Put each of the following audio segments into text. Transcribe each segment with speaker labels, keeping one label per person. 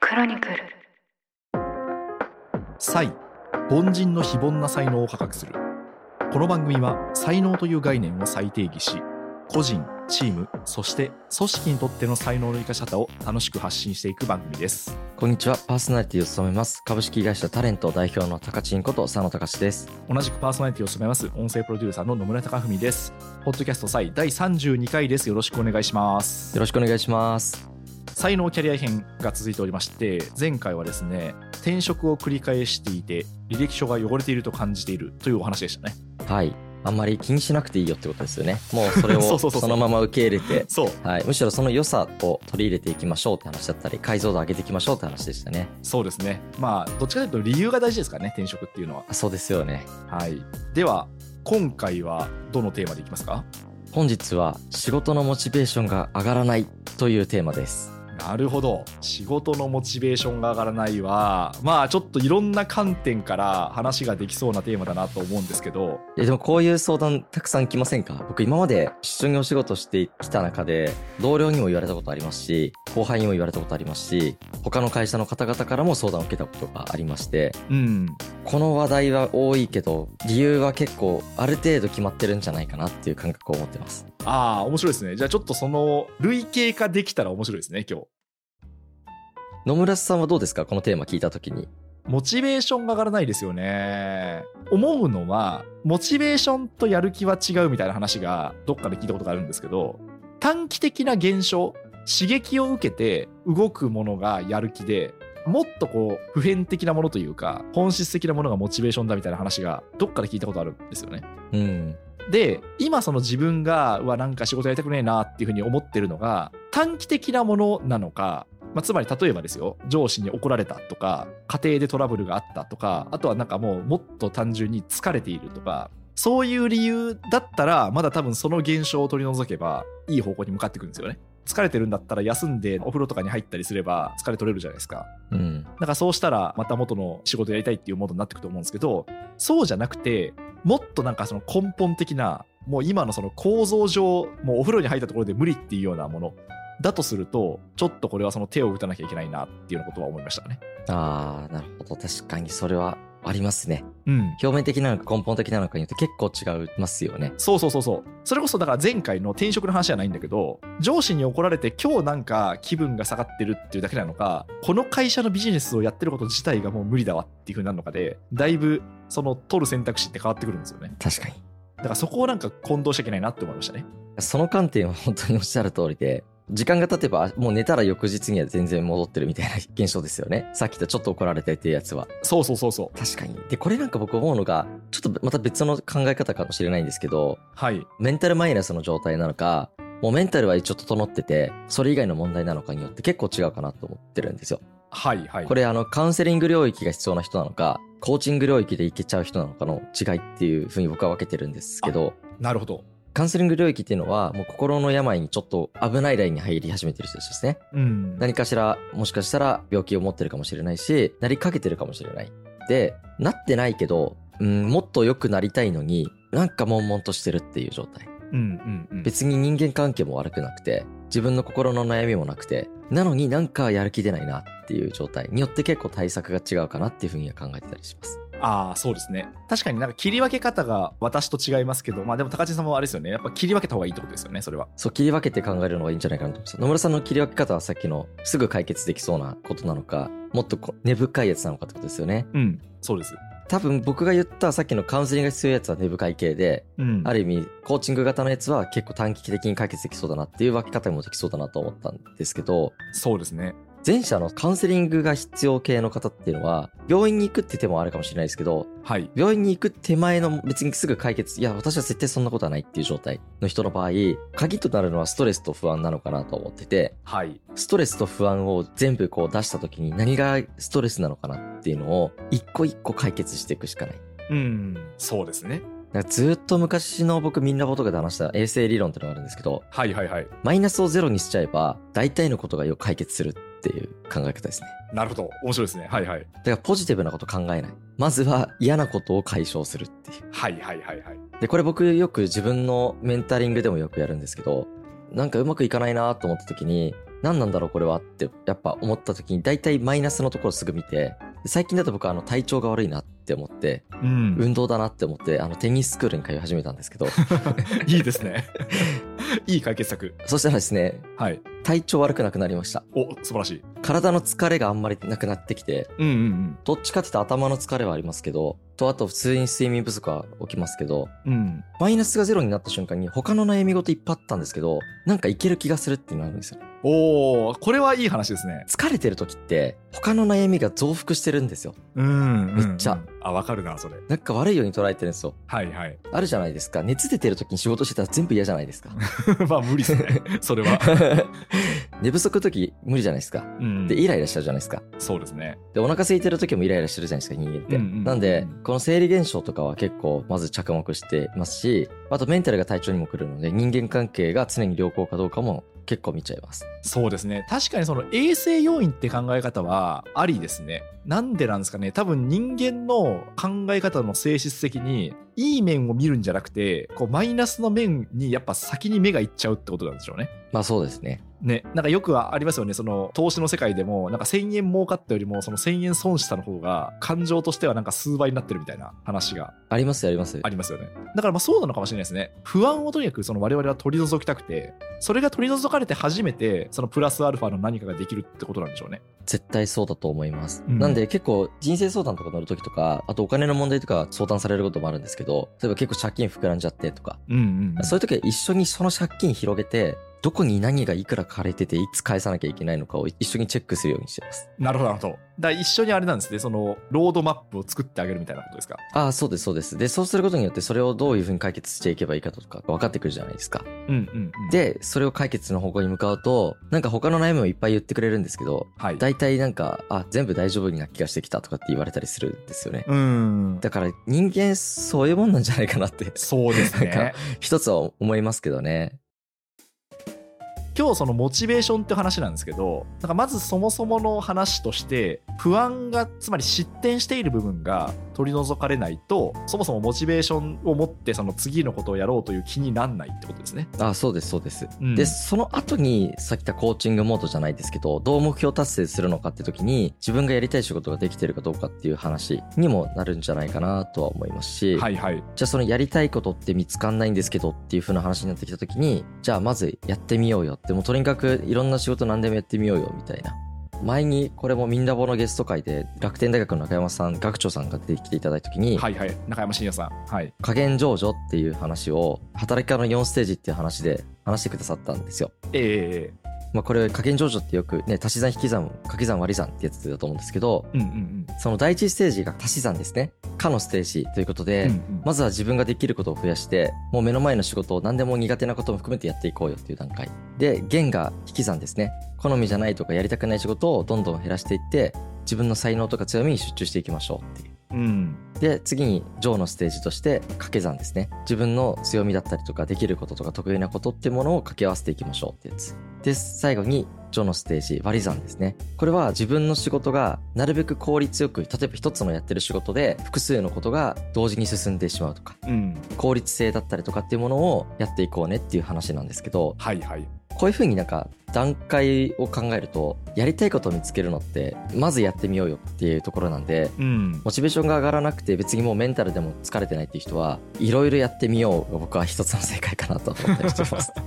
Speaker 1: クロニクル
Speaker 2: 才凡人の非凡な才能を価格するこの番組は才能という概念を再定義し個人チームそして組織にとっての才能の生かし方を楽しく発信していく番組です
Speaker 3: こんにちは、パーソナリティを務めます。株式会社タレント代表の高知んこと佐野隆です。
Speaker 2: 同じくパーソナリティを務めます音声プロデューサーの野村貴文ですポッドキャスト才第32回ですよろしくお願いします
Speaker 3: よろしくお願いします。
Speaker 2: 才能キャリア編が続いておりまして前回はですね転職を繰り返していて履歴書が汚れていると感じているというお話でしたね
Speaker 3: はい。あんまり気にしなくていいよってことですよね。もう それ
Speaker 2: そう
Speaker 3: を
Speaker 2: そうそうそう
Speaker 3: そのまま受け入れて、
Speaker 2: そう
Speaker 3: はい。むしろその良さを取り入れていきましょうって話だったり、解像度上げていきましょうって話でしたね。
Speaker 2: そうですねまあどっちかというと理由が大事ですからね転職っていうのは
Speaker 3: あそうですよね。
Speaker 2: はいでは今回はどのテーマでいきますか
Speaker 3: 本日は仕事のモチベーションが上がらないというテーマです。
Speaker 2: なるほど仕事のモチベーションが上がらないはまあちょっといろんな観点から話ができそうなテーマだなと思うんですけど
Speaker 3: いやでもこういう相談たくさん来ませんか僕今まで一緒にお仕事してきた中で同僚にも言われたことありますし後輩にも言われたことありますし他の会社の方々からも相談を受けたことがありまして
Speaker 2: うん
Speaker 3: この話題は多いけど理由は結構ある程度決まってるんじゃないかなっていう感覚を持ってます
Speaker 2: ああ面白いですねじゃあちょっとその類型化できたら面白いですね今日
Speaker 3: 野村さんはどうですかこのテーマ聞いた時に
Speaker 2: モチベーションが上がらないですよね思うのはモチベーションとやる気は違うみたいな話がどっかで聞いたことがあるんですけど短期的な現象刺激を受けて動くものがやる気でもっとこう普遍的なものというか本質的なものがモチベーションだみたいな話がどっかで聞いたことあるんですよね。
Speaker 3: うん
Speaker 2: で今その自分がうわなんか仕事やりたくねえなっていうふうに思ってるのが短期的なものなのか、まあ、つまり例えばですよ上司に怒られたとか家庭でトラブルがあったとかあとはなんかもうもっと単純に疲れているとかそういう理由だったらまだ多分その現象を取り除けばいい方向に向かっていくんですよね。疲れてるんだったら休んでお風呂とかに入ったりすれば疲れ取れるじゃないですか。
Speaker 3: うん
Speaker 2: なんかそうしたらまた元の仕事やりたいっていうモードになってくと思うんですけどそうじゃなくてもっとなんかその根本的なもう今のその構造上もうお風呂に入ったところで無理っていうようなものだとするとちょっとこれはその手を打たなきゃいけないなっていうようなことは思いましたね。
Speaker 3: あーなるほど確かにそれはありますね
Speaker 2: うん
Speaker 3: 表面的なのか根本的なのかによって結構違いますよね
Speaker 2: そうそうそうそうそれこそだから前回の転職の話じゃないんだけど上司に怒られて今日なんか気分が下がってるっていうだけなのかこの会社のビジネスをやってること自体がもう無理だわっていう風になるのかでだいぶその取る選択肢って変わってくるんですよね。
Speaker 3: 確かに
Speaker 2: だからそこをなんか混同しちゃいけないなって思いましたね。
Speaker 3: その観点は本当におっしゃる通りで、時間が経てば、もう寝たら翌日には全然戻ってるみたいな現象ですよね。さっき言ったちょっと怒られてっていうやつは。
Speaker 2: そうそうそうそう。
Speaker 3: 確かに。で、これなんか僕思うのが、ちょっとまた別の考え方かもしれないんですけど、
Speaker 2: はい。
Speaker 3: メンタルマイナスの状態なのか、もうメンタルは一応整ってて、それ以外の問題なのかによって結構違うかなと思ってるんですよ。
Speaker 2: はいはい。
Speaker 3: これあの、カウンセリング領域が必要な人なのか、コーチング領域でいけちゃう人なのかの違いっていうふうに僕は分けてるんですけど、
Speaker 2: なるほど。
Speaker 3: カウンセリング領域っていうのは、もう心の病にちょっと危ないラインに入り始めてる人たちですね。
Speaker 2: うん。
Speaker 3: 何かしら、もしかしたら病気を持ってるかもしれないし、なりかけてるかもしれない。で、なってないけど、うん、もっと良くなりたいのに、なんか悶々としてるっていう状態。
Speaker 2: うんうんうん。
Speaker 3: 別に人間関係も悪くなくて、自分の心の悩みもなくて、なのになんかやる気出ないなっていう状態によって結構対策が違うかなっていうふうには考えてたりします。
Speaker 2: ああ、そうですね。確かになんか切り分け方が私と違いますけど、まあでも高知さんもあれですよね。やっぱ切り分けた方がいいってことですよね、それは。
Speaker 3: そう切り分けて考えるのがいいんじゃないかなと思います野村さんの切り分け方はさっきのすぐ解決できそうなことなのかもっとこう根深いやつなのかってことですよね
Speaker 2: うん。そうです。
Speaker 3: 多分僕が言ったさっきのカウンセリングが必要なやつは根深い系で
Speaker 2: うん。
Speaker 3: ある意味コーチング型のやつは結構短期的に解決できそうだなっていう分け方もできそうだなと思ったんですけど
Speaker 2: そうですね。
Speaker 3: 前者のカウンセリングが必要系の方っていうのは病院に行くって手もあるかもしれないですけど
Speaker 2: はい。
Speaker 3: 病院に行く手前の別にすぐ解決、いや、私は絶対そんなことはないっていう状態の人の場合、鍵となるのはストレスと不安なのかなと思ってて、
Speaker 2: はい。
Speaker 3: ストレスと不安を全部こう出した時に何がストレスなのかなっていうのを一個一個解決していくしかない。
Speaker 2: うん。そうですね。
Speaker 3: だからずっと昔の僕みんなボとかで話した衛生理論っていうのがあるんですけど、
Speaker 2: はいはいはい。
Speaker 3: マイナスをゼロにしちゃえば大体のことがよく解決するっていう考え方ですね。
Speaker 2: なるほど。面白いですね。はいはい。
Speaker 3: だからポジティブなこと考えない。まずは嫌なことを解消するっていう。
Speaker 2: はいはいはいはい。
Speaker 3: で、これ僕よく自分のメンタリングでもよくやるんですけど、なんかうまくいかないなと思った時に、何なんだろうこれはってやっぱ思った時に大体マイナスのところすぐ見て最近だと僕はあの体調が悪いなって思って
Speaker 2: うん
Speaker 3: 運動だなって思ってあのテニススクールに通い始めたんですけど
Speaker 2: いいですね。 いい解決策。
Speaker 3: そしたらですね
Speaker 2: はい。
Speaker 3: 体調悪くなくなりました
Speaker 2: お、素晴らしい。
Speaker 3: 体の疲れがあんまりなくなってきて
Speaker 2: うんうん
Speaker 3: どっちかって言ったら頭の疲れはありますけどとあと普通に睡眠不足は起きますけど
Speaker 2: うん。うん。
Speaker 3: マイナスがゼロになった瞬間に他の悩み事いっぱいあったんですけどなんかいける気がするっていうのがあるんですよ
Speaker 2: おお、これはいい話ですね。
Speaker 3: 疲れてる時って他の悩みが増幅してるんですよ
Speaker 2: うん、うん。
Speaker 3: めっちゃ。
Speaker 2: あ、わかるな、それ。
Speaker 3: なんか悪いように捉えてるんですよ
Speaker 2: はいはい。
Speaker 3: あるじゃないですか熱出てる時に仕事してたら全部嫌じゃないですか
Speaker 2: まあ、無理ですね。それは。
Speaker 3: 寝不足の時無理じゃないですか
Speaker 2: うん
Speaker 3: でイライラしちゃうじゃないですか
Speaker 2: そうですね。
Speaker 3: でお腹空いてる時もイライラしてるじゃないですか人間って、
Speaker 2: うんうん
Speaker 3: なんでこの生理現象とかは結構まず着目してますしあとメンタルが体調にもくるので人間関係が常に良好かどうかも結構見ちゃいます
Speaker 2: そうですね。確かにその衛生要因って考え方はありですね。なんでなんですかね。多分人間の考え方の性質的に、いい面を見るんじゃなくて、こう、マイナスの面にやっぱ先に目がいっちゃうってことなんでしょうね。
Speaker 3: まあそうですね
Speaker 2: ね、なんかよくはありますよね、その投資の世界でも、なんか1000円儲かったよりも、その1000円損したの方が、感情としてはなんか数倍になってるみたいな話が
Speaker 3: ありますよあります
Speaker 2: ありますよね。だからまあそうなのかもしれないですね。不安をとにかくその我々は取り除きたくて、それが取り除かれて初めて、そのプラスアルファの何かができるってことなんでしょうね。
Speaker 3: 絶対そうだと思います、
Speaker 2: うん
Speaker 3: なんで結構人生相談とか乗る時とかあとお金の問題とか相談されることもあるんですけど例えば結構借金膨らんじゃってとか
Speaker 2: うんうん、
Speaker 3: そういう時は一緒にその借金広げてどこに何がいくら借りてていつ返さなきゃいけないのかを一緒にチェックするようにしてます
Speaker 2: なるほど、なるほど。だから一緒にあれなんですね、そのロードマップを作ってあげるみたいなことですか。
Speaker 3: ああ、そうです、そうです。で、そうすることによって、それをどういうふうに解決していけばいいかとか分かってくるじゃないですか。
Speaker 2: うんうん、うん。、
Speaker 3: で、それを解決の方向に向かうと、なんか他の悩みをいっぱい言ってくれるんですけど、
Speaker 2: はい。
Speaker 3: 大体なんか、あ、全部大丈夫な気がしてきたとかって言われたりするんですよね。
Speaker 2: うん。
Speaker 3: だから人間そういうもんなんじゃないかなって、
Speaker 2: そうです
Speaker 3: なん
Speaker 2: ね
Speaker 3: か。一つは思いますけどね。
Speaker 2: 今日そのモチベーションって話なんですけどなんかまずそもそもの話として不安がつまり失点している部分が取り除かれないとそもそもモチベーションを持ってその次のことをやろうという気になんないってことですね。
Speaker 3: ああ、そうです、そうです。
Speaker 2: うん
Speaker 3: で、その後に、さっき言ったコーチングモードじゃないですけど、どう目標達成するのかって時に、自分がやりたい仕事ができてるかどうかっていう話にもなるんじゃないかなとは思いますし、
Speaker 2: はいはい。
Speaker 3: じゃあそのやりたいことって見つかんないんですけどっていう風な話になってきた時に、じゃあまずやってみようよって、もうとにかくいろんな仕事何でもやってみようよみたいな。前にこれもミンラボのゲスト会で楽天大学の中山さん、学長さんが出てきていただいた時に、
Speaker 2: はいはい。中山信也さん。はい。
Speaker 3: 加減上場っていう話を働き方の4ステージっていう話で話してくださったんですよ。
Speaker 2: え
Speaker 3: まあ、これ加減上場ってよくね足し算引き算掛け算割り算ってやつだと思うんですけど
Speaker 2: えうんうん
Speaker 3: その第一ステージが足し算ですねかのステージということ
Speaker 2: うん。
Speaker 3: で、
Speaker 2: うんうん
Speaker 3: まずは自分ができることを増やしてもう目の前の仕事を何でも苦手なことも含めてやっていこうよっていう段階で弦が引き算ですね好みじゃないとかやりたくない仕事をどんどん減らしていって自分の才能とか強みに集中していきましょうっていう
Speaker 2: うん
Speaker 3: で次に上のステージとして掛け算ですね自分の強みだったりとかできることとか得意なことってものを掛け合わせていきましょうってやつで最後に上のステージ割り算ですねこれは自分の仕事がなるべく効率よく例えば一つのやってる仕事で複数のことが同時に進んでしまうとか
Speaker 2: うん。
Speaker 3: 効率性だったりとかっていうものをやっていこうねっていう話なんですけど
Speaker 2: はいはい。
Speaker 3: こういうふうになんか段階を考えるとやりたいことを見つけるのってまずやってみようよっていうところなんで
Speaker 2: うん。
Speaker 3: モチベーションが上がらなくて別にもうメンタルでも疲れてないっていう人はいろいろやってみようが僕は一つの正解かなと思ったりしてます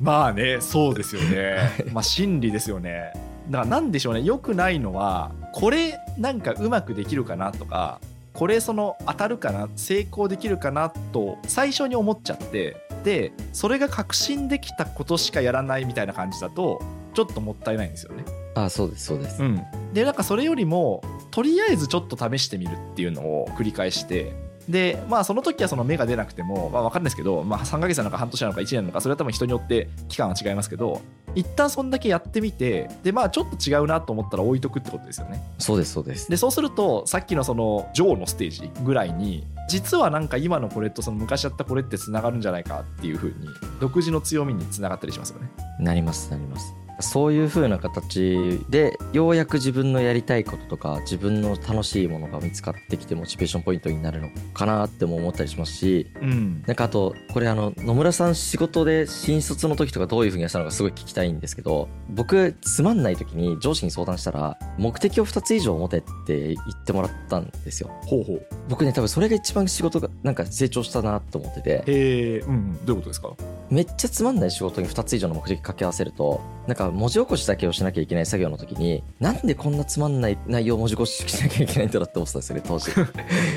Speaker 2: まあね、そうですよね。まあ心理ですよね。だからなんでしょうね、良くないのは、これなんかうまくできるかなとか、これその当たるかな、成功できるかなと最初に思っちゃって、で、それが確信できたことしかやらないみたいな感じだと、ちょっともったいないんですよね。
Speaker 3: ああそうですそうです、
Speaker 2: でなんかそれよりもとりあえずちょっと試してみるっていうのを繰り返してでまあその時はその芽が出なくても、まあ、分かんないですけど、まあ、3ヶ月なのか半年なのか1年なのかそれは多分人によって期間は違いますけど一旦そんだけやってみてでまあちょっと違うなと思ったら置いとくってことですよね。
Speaker 3: そうですそうです
Speaker 2: でそうするとさっきのその「ジョー」のステージぐらいに実はなんか今のこれとその昔やったこれってつながるんじゃないかっていう風に独自の強みにつながったりしますよね。
Speaker 3: なりますなりますそういう風な形でようやく自分のやりたいこととか自分の楽しいものが見つかってきてモチベーションポイントになるのかなっても思ったりしますし
Speaker 2: うん
Speaker 3: なんかあとこれあの野村さん仕事で新卒の時とかどういう風にやってたのかすごい聞きたいんですけど僕つまんない時に上司に相談したら目的を2つ以上持てって言ってもらったんですよ
Speaker 2: ほうほう
Speaker 3: 僕ね多分それが一番仕事がなんか成長したなと思ってて
Speaker 2: へえうんうんどういうことですか
Speaker 3: めっちゃつまんない仕事に2つ以上の目的掛け合わせるとなんか文字起こしだけをしなきゃいけない作業の時になんでこんなつまんない内容を文字起こししなきゃいけないんだろうって思ってたんですよね当時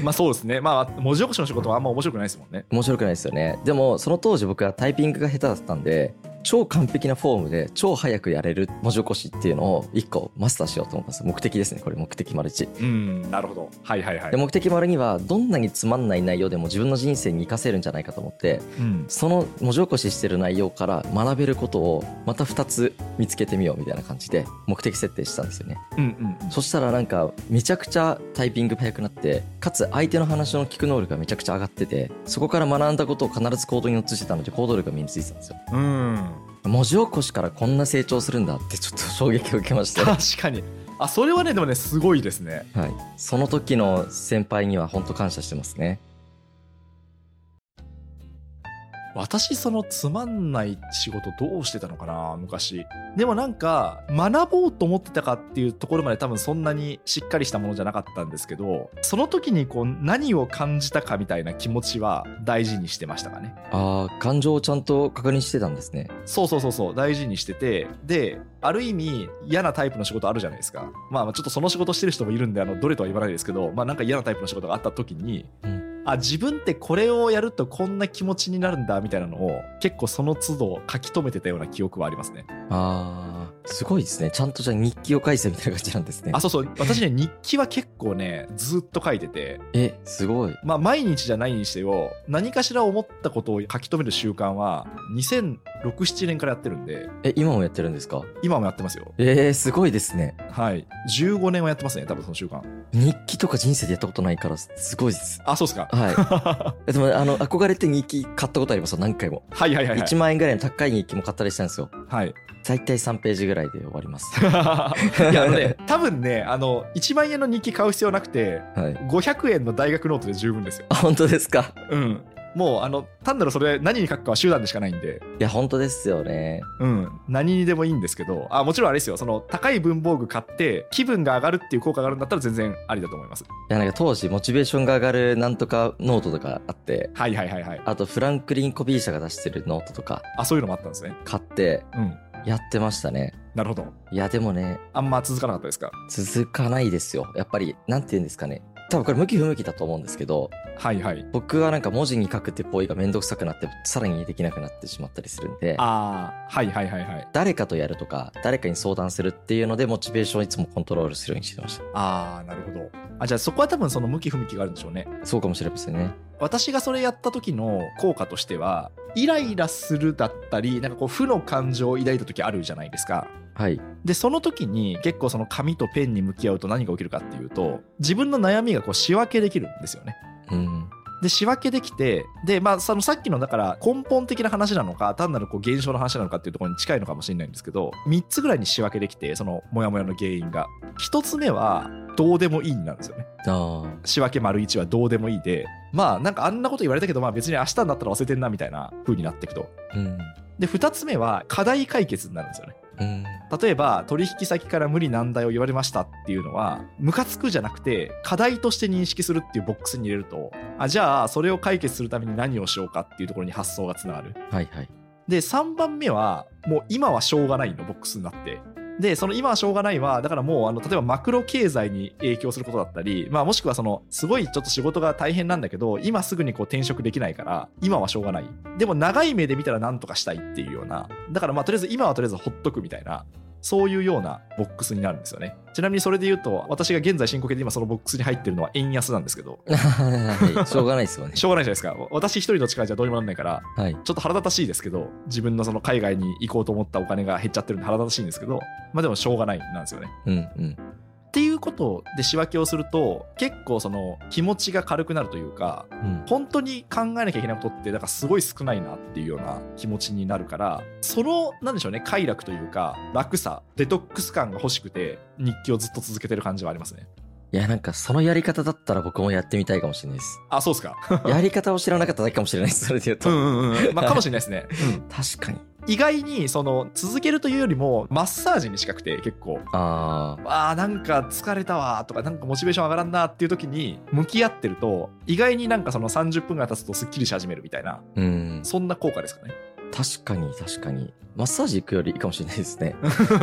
Speaker 2: まあそうですねまあ文字起こしの仕事はあんま面白くないですもんね
Speaker 3: 面白くないですよねでもその当時僕はタイピングが下手だったんで超完璧なフォームで超早くやれる文字起こしっていうのを1個マスターしようと思ったんです目的ですねこれ目的丸1
Speaker 2: うんなるほどはいはいはい
Speaker 3: で目的丸2はどんなにつまんない内容でも自分の人生に生かせるんじゃないかと思って
Speaker 2: うん
Speaker 3: その文字起こししてる内容から学べることをまた2つ見つけてみようみたいな感じで目的設定したんですよね
Speaker 2: うんうん
Speaker 3: そしたらなんかめちゃくちゃタイピング速くなってかつ相手の話の聞く能力がめちゃくちゃ上がっててそこから学んだことを必ず行動に移してたので行動力が身についてたんですよ
Speaker 2: うん
Speaker 3: 文字起こしからこんな成長するんだってちょっと衝撃を受けま した
Speaker 2: 確かにあそれはねでもねすごいですね
Speaker 3: はい、その時の先輩には本当感謝してますね
Speaker 2: 私そのつまんない仕事どうしてたのかな昔でもなんか学ぼうと思ってたかっていうところまで多分そんなにしっかりしたものじゃなかったんですけどその時にこう何を感じたかみたいな気持ちは大事にしてましたかね
Speaker 3: ああ感情をちゃんと確認してたんですね
Speaker 2: そうそうそうそう大事にしててである意味嫌なタイプの仕事あるじゃないですかまあまあちょっとその仕事してる人もいるんであのどれとは言わないですけどまあなんか嫌なタイプの仕事があった時に、
Speaker 3: うん
Speaker 2: あ自分ってこれをやるとこんな気持ちになるんだみたいなのを結構その都度書き留めてたような記憶はありますね
Speaker 3: ああすごいですねちゃんとじゃあ日記を返せみたいな感じなんですね
Speaker 2: あそうそう私ね日記は結構ねずっと書いてて
Speaker 3: えすごい
Speaker 2: まあ毎日じゃないにしてよ何かしら思ったことを書き留める習慣は2006,7年からやってるんで
Speaker 3: え今もやってるんですか
Speaker 2: 今もやってますよ
Speaker 3: えー、すごいですね
Speaker 2: はい15年はやってますね多分その習慣
Speaker 3: 日記とか人生でやったことないからすごいです
Speaker 2: あ、そうですか。
Speaker 3: は
Speaker 2: はい
Speaker 3: でもあの憧れて日記買ったことありますよ何回も
Speaker 2: いはいはい、はい
Speaker 3: 1。万円ぐらいの高い日記も買ったりしたんですよ
Speaker 2: はい。
Speaker 3: 大体3ページぐらいで終わります
Speaker 2: いや、あの ね、多分ね、あの、1万円の日記買う必要なくて、
Speaker 3: はい
Speaker 2: 500円の大学ノートで十分ですよ。
Speaker 3: あ本当ですか
Speaker 2: うん。もう、あの、単なるそれ、何に書くかは集団でしかないんで、
Speaker 3: いや本当ですよね
Speaker 2: うん。何にでもいいんですけど、あ、もちろんあれですよ、その、高い文房具買って、気分が上がるっていう効果があるんだったら全然ありだと思います。
Speaker 3: いやなんか当時モチベーションが上がるなんとかノートとかあって
Speaker 2: はいはいはいはい。
Speaker 3: あとフランクリン・コビー社が出してるノートとか
Speaker 2: あ、そういうのもあったんですね。
Speaker 3: 買って
Speaker 2: うん。
Speaker 3: やってましたね
Speaker 2: なるほど。
Speaker 3: いやでもね
Speaker 2: あんま続かなかったですか。
Speaker 3: 続かないですよやっぱりなんて言うんですかね多分これ向き不向きだと思うんですけど
Speaker 2: はいはい。
Speaker 3: 僕はなんか文字に書くって行為がめんどくさくなってさらにできなくなってしまったりするんで
Speaker 2: あー、はいはいはいはい。
Speaker 3: 誰かとやるとか誰かに相談するっていうのでモチベーションをいつもコントロールするようにしてました
Speaker 2: あー、なるほど。あ、じゃあそこは多分その向き不向きがあるんでしょうね。
Speaker 3: そうかもしれませんね
Speaker 2: 私がそれやった時の効果としてはイライラするだったりなんかこう負の感情を抱いた時あるじゃないですか
Speaker 3: はい
Speaker 2: でその時に結構その紙とペンに向き合うと何が起きるかっていうと自分の悩みがこう仕分けできるんですよね
Speaker 3: うん
Speaker 2: で仕分けできてでまあそのさっきのだから根本的な話なのか単なるこう現象の話なのかっていうところに近いのかもしれないんですけど3つぐらいに仕分けできてそのモヤモヤの原因が1つ目はどうでもいいになるんですよね
Speaker 3: あー
Speaker 2: 仕分け丸1はどうでもいいでまあなんかあんなこと言われたけどまあ別に明日になったら忘れてんなみたいな風になっていくと
Speaker 3: うん
Speaker 2: で2つ目は課題解決になるんですよね
Speaker 3: うん
Speaker 2: 例えば取引先から無理難題を言われましたっていうのはムカつくじゃなくて課題として認識するっていうボックスに入れるとあじゃあそれを解決するために何をしようかっていうところに発想がつながる
Speaker 3: はいはい
Speaker 2: で3番目はもう今はしょうがないのボックスになってでその今はしょうがないはだからもうあの例えばマクロ経済に影響することだったり、まあ、もしくはそのすごいちょっと仕事が大変なんだけど今すぐにこう転職できないから今はしょうがないでも長い目で見たら何とかしたいっていうようなだからまあとりあえず今はとりあえずほっとくみたいなそういうようなボックスになるんですよねちなみにそれで言うと私が現在進行形で今そのボックスに入ってるのは円安なんですけど
Speaker 3: はいしょうがないですよね
Speaker 2: しょうがないじゃないですか私一人の力じゃどうにもなんないから
Speaker 3: はい
Speaker 2: ちょっと腹立たしいですけど、自分のその海外に行こうと思ったお金が減っちゃってるんで腹立たしいんですけど、まあでもしょうがないなんですよね。
Speaker 3: うんうん
Speaker 2: っていうことで仕分けをすると結構その気持ちが軽くなるというか
Speaker 3: うん
Speaker 2: 本当に考えなきゃいけないことってだからすごい少ないなっていうような気持ちになるからそのなんでしょうね快楽というか楽さデトックス感が欲しくて日記をずっと続けてる感じはありますね
Speaker 3: いや、なんかそのやり方だったら僕もやってみたいかもしれないです。
Speaker 2: あそうですか
Speaker 3: やり方を知らなかっただけかもしれないです。それで言うと。
Speaker 2: まあかもしれないですね、
Speaker 3: 確かに。
Speaker 2: 意外にその続けるというよりもマッサージに近くて結構
Speaker 3: あ
Speaker 2: あーなんか疲れたわとかなんかモチベーション上がらんなっていう時に向き合ってると意外になんかその30分が経つとすっきりし始めるみたいな
Speaker 3: ー。うん。
Speaker 2: そんな効果ですかね
Speaker 3: 確かに、確かに。マッサージ行くよりいいかもしれないですね。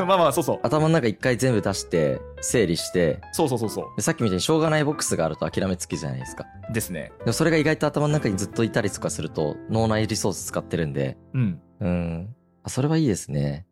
Speaker 2: まあまあそうそう
Speaker 3: 頭の中一回全部出して、整理して、
Speaker 2: そうそうそうそ
Speaker 3: でさっきみたいにしょうがないボックスがあると諦めつきじゃないですか。
Speaker 2: うですね
Speaker 3: でもそれが意外と頭の中にずっといたりとかすると、脳内リソース使ってるんで、
Speaker 2: うん
Speaker 3: うん。あそれはいいですね。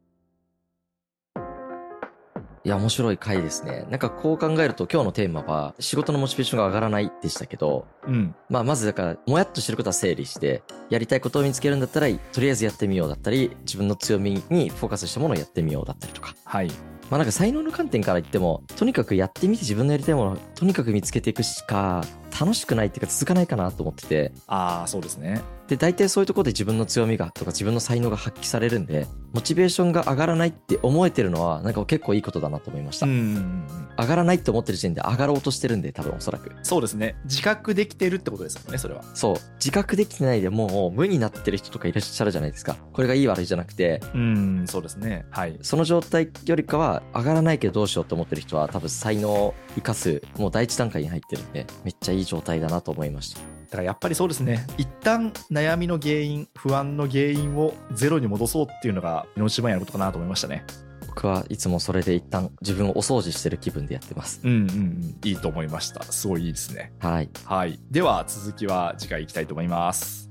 Speaker 3: いや、面白い回ですね。なんかこう考えると今日のテーマは仕事のモチベーションが上がらないでしたけど、
Speaker 2: うん
Speaker 3: まあまずだから、もやっとしてることは整理して、やりたいことを見つけるんだったら、とりあえずやってみようだったり、自分の強みにフォーカスしたものをやってみようだったりとか。
Speaker 2: はい
Speaker 3: まあなんか才能の観点から言っても、とにかくやってみて自分のやりたいものをとにかく見つけていくしか、楽しくないっていうか続かないかなと思ってて、
Speaker 2: ああそうですね
Speaker 3: で大体そういうところで自分の強みがとか自分の才能が発揮されるんでモチベーションが上がらないって思えてるのはなんか結構いいことだなと思いました、
Speaker 2: うんうんうん
Speaker 3: 上がらないって思ってる時点で上がろうとしてるんで多分おそらく
Speaker 2: そうですね自覚できてるってことですよねそれは
Speaker 3: そう自覚できてないでもう無になってる人とかいらっしゃるじゃないですかこれがいい悪いじゃなくて
Speaker 2: うんそうですねはい
Speaker 3: その状態よりかは上がらないけどどうしようと思ってる人は多分才能を生かすもう第一段階に入ってるんでめっちゃいい状態だなと思いました
Speaker 2: だからやっぱりそうですね一旦悩みの原因不安の原因をゼロに戻そうっていうのが命一番やることかなと思いましたね
Speaker 3: 僕はいつもそれで一旦自分をお掃除してる気分でやってます
Speaker 2: うんうんうんいいと思いましたすごいいいですね
Speaker 3: はい
Speaker 2: はい、では続きは次回いきたいと思います。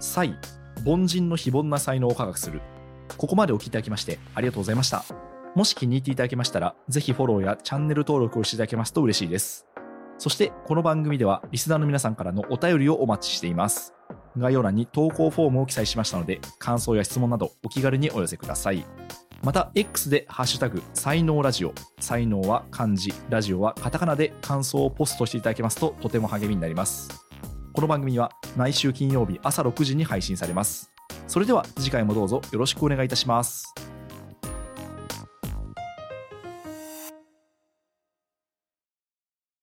Speaker 2: 才凡人の非凡な才能を科学するここまでお聞きいただきましてありがとうございましたもし気に入っていただけましたらぜひフォローやチャンネル登録をしていただけますと嬉しいですそしてこの番組ではリスナーの皆さんからのお便りをお待ちしています概要欄に投稿フォームを記載しましたので感想や質問などお気軽にお寄せくださいまた X で「ハッシュタグ才能ラジオ」才能は漢字ラジオはカタカナで感想をポストしていただけますととても励みになりますこの番組は毎週金曜日朝6時に配信されますそれでは次回もどうぞよろしくお願いいたします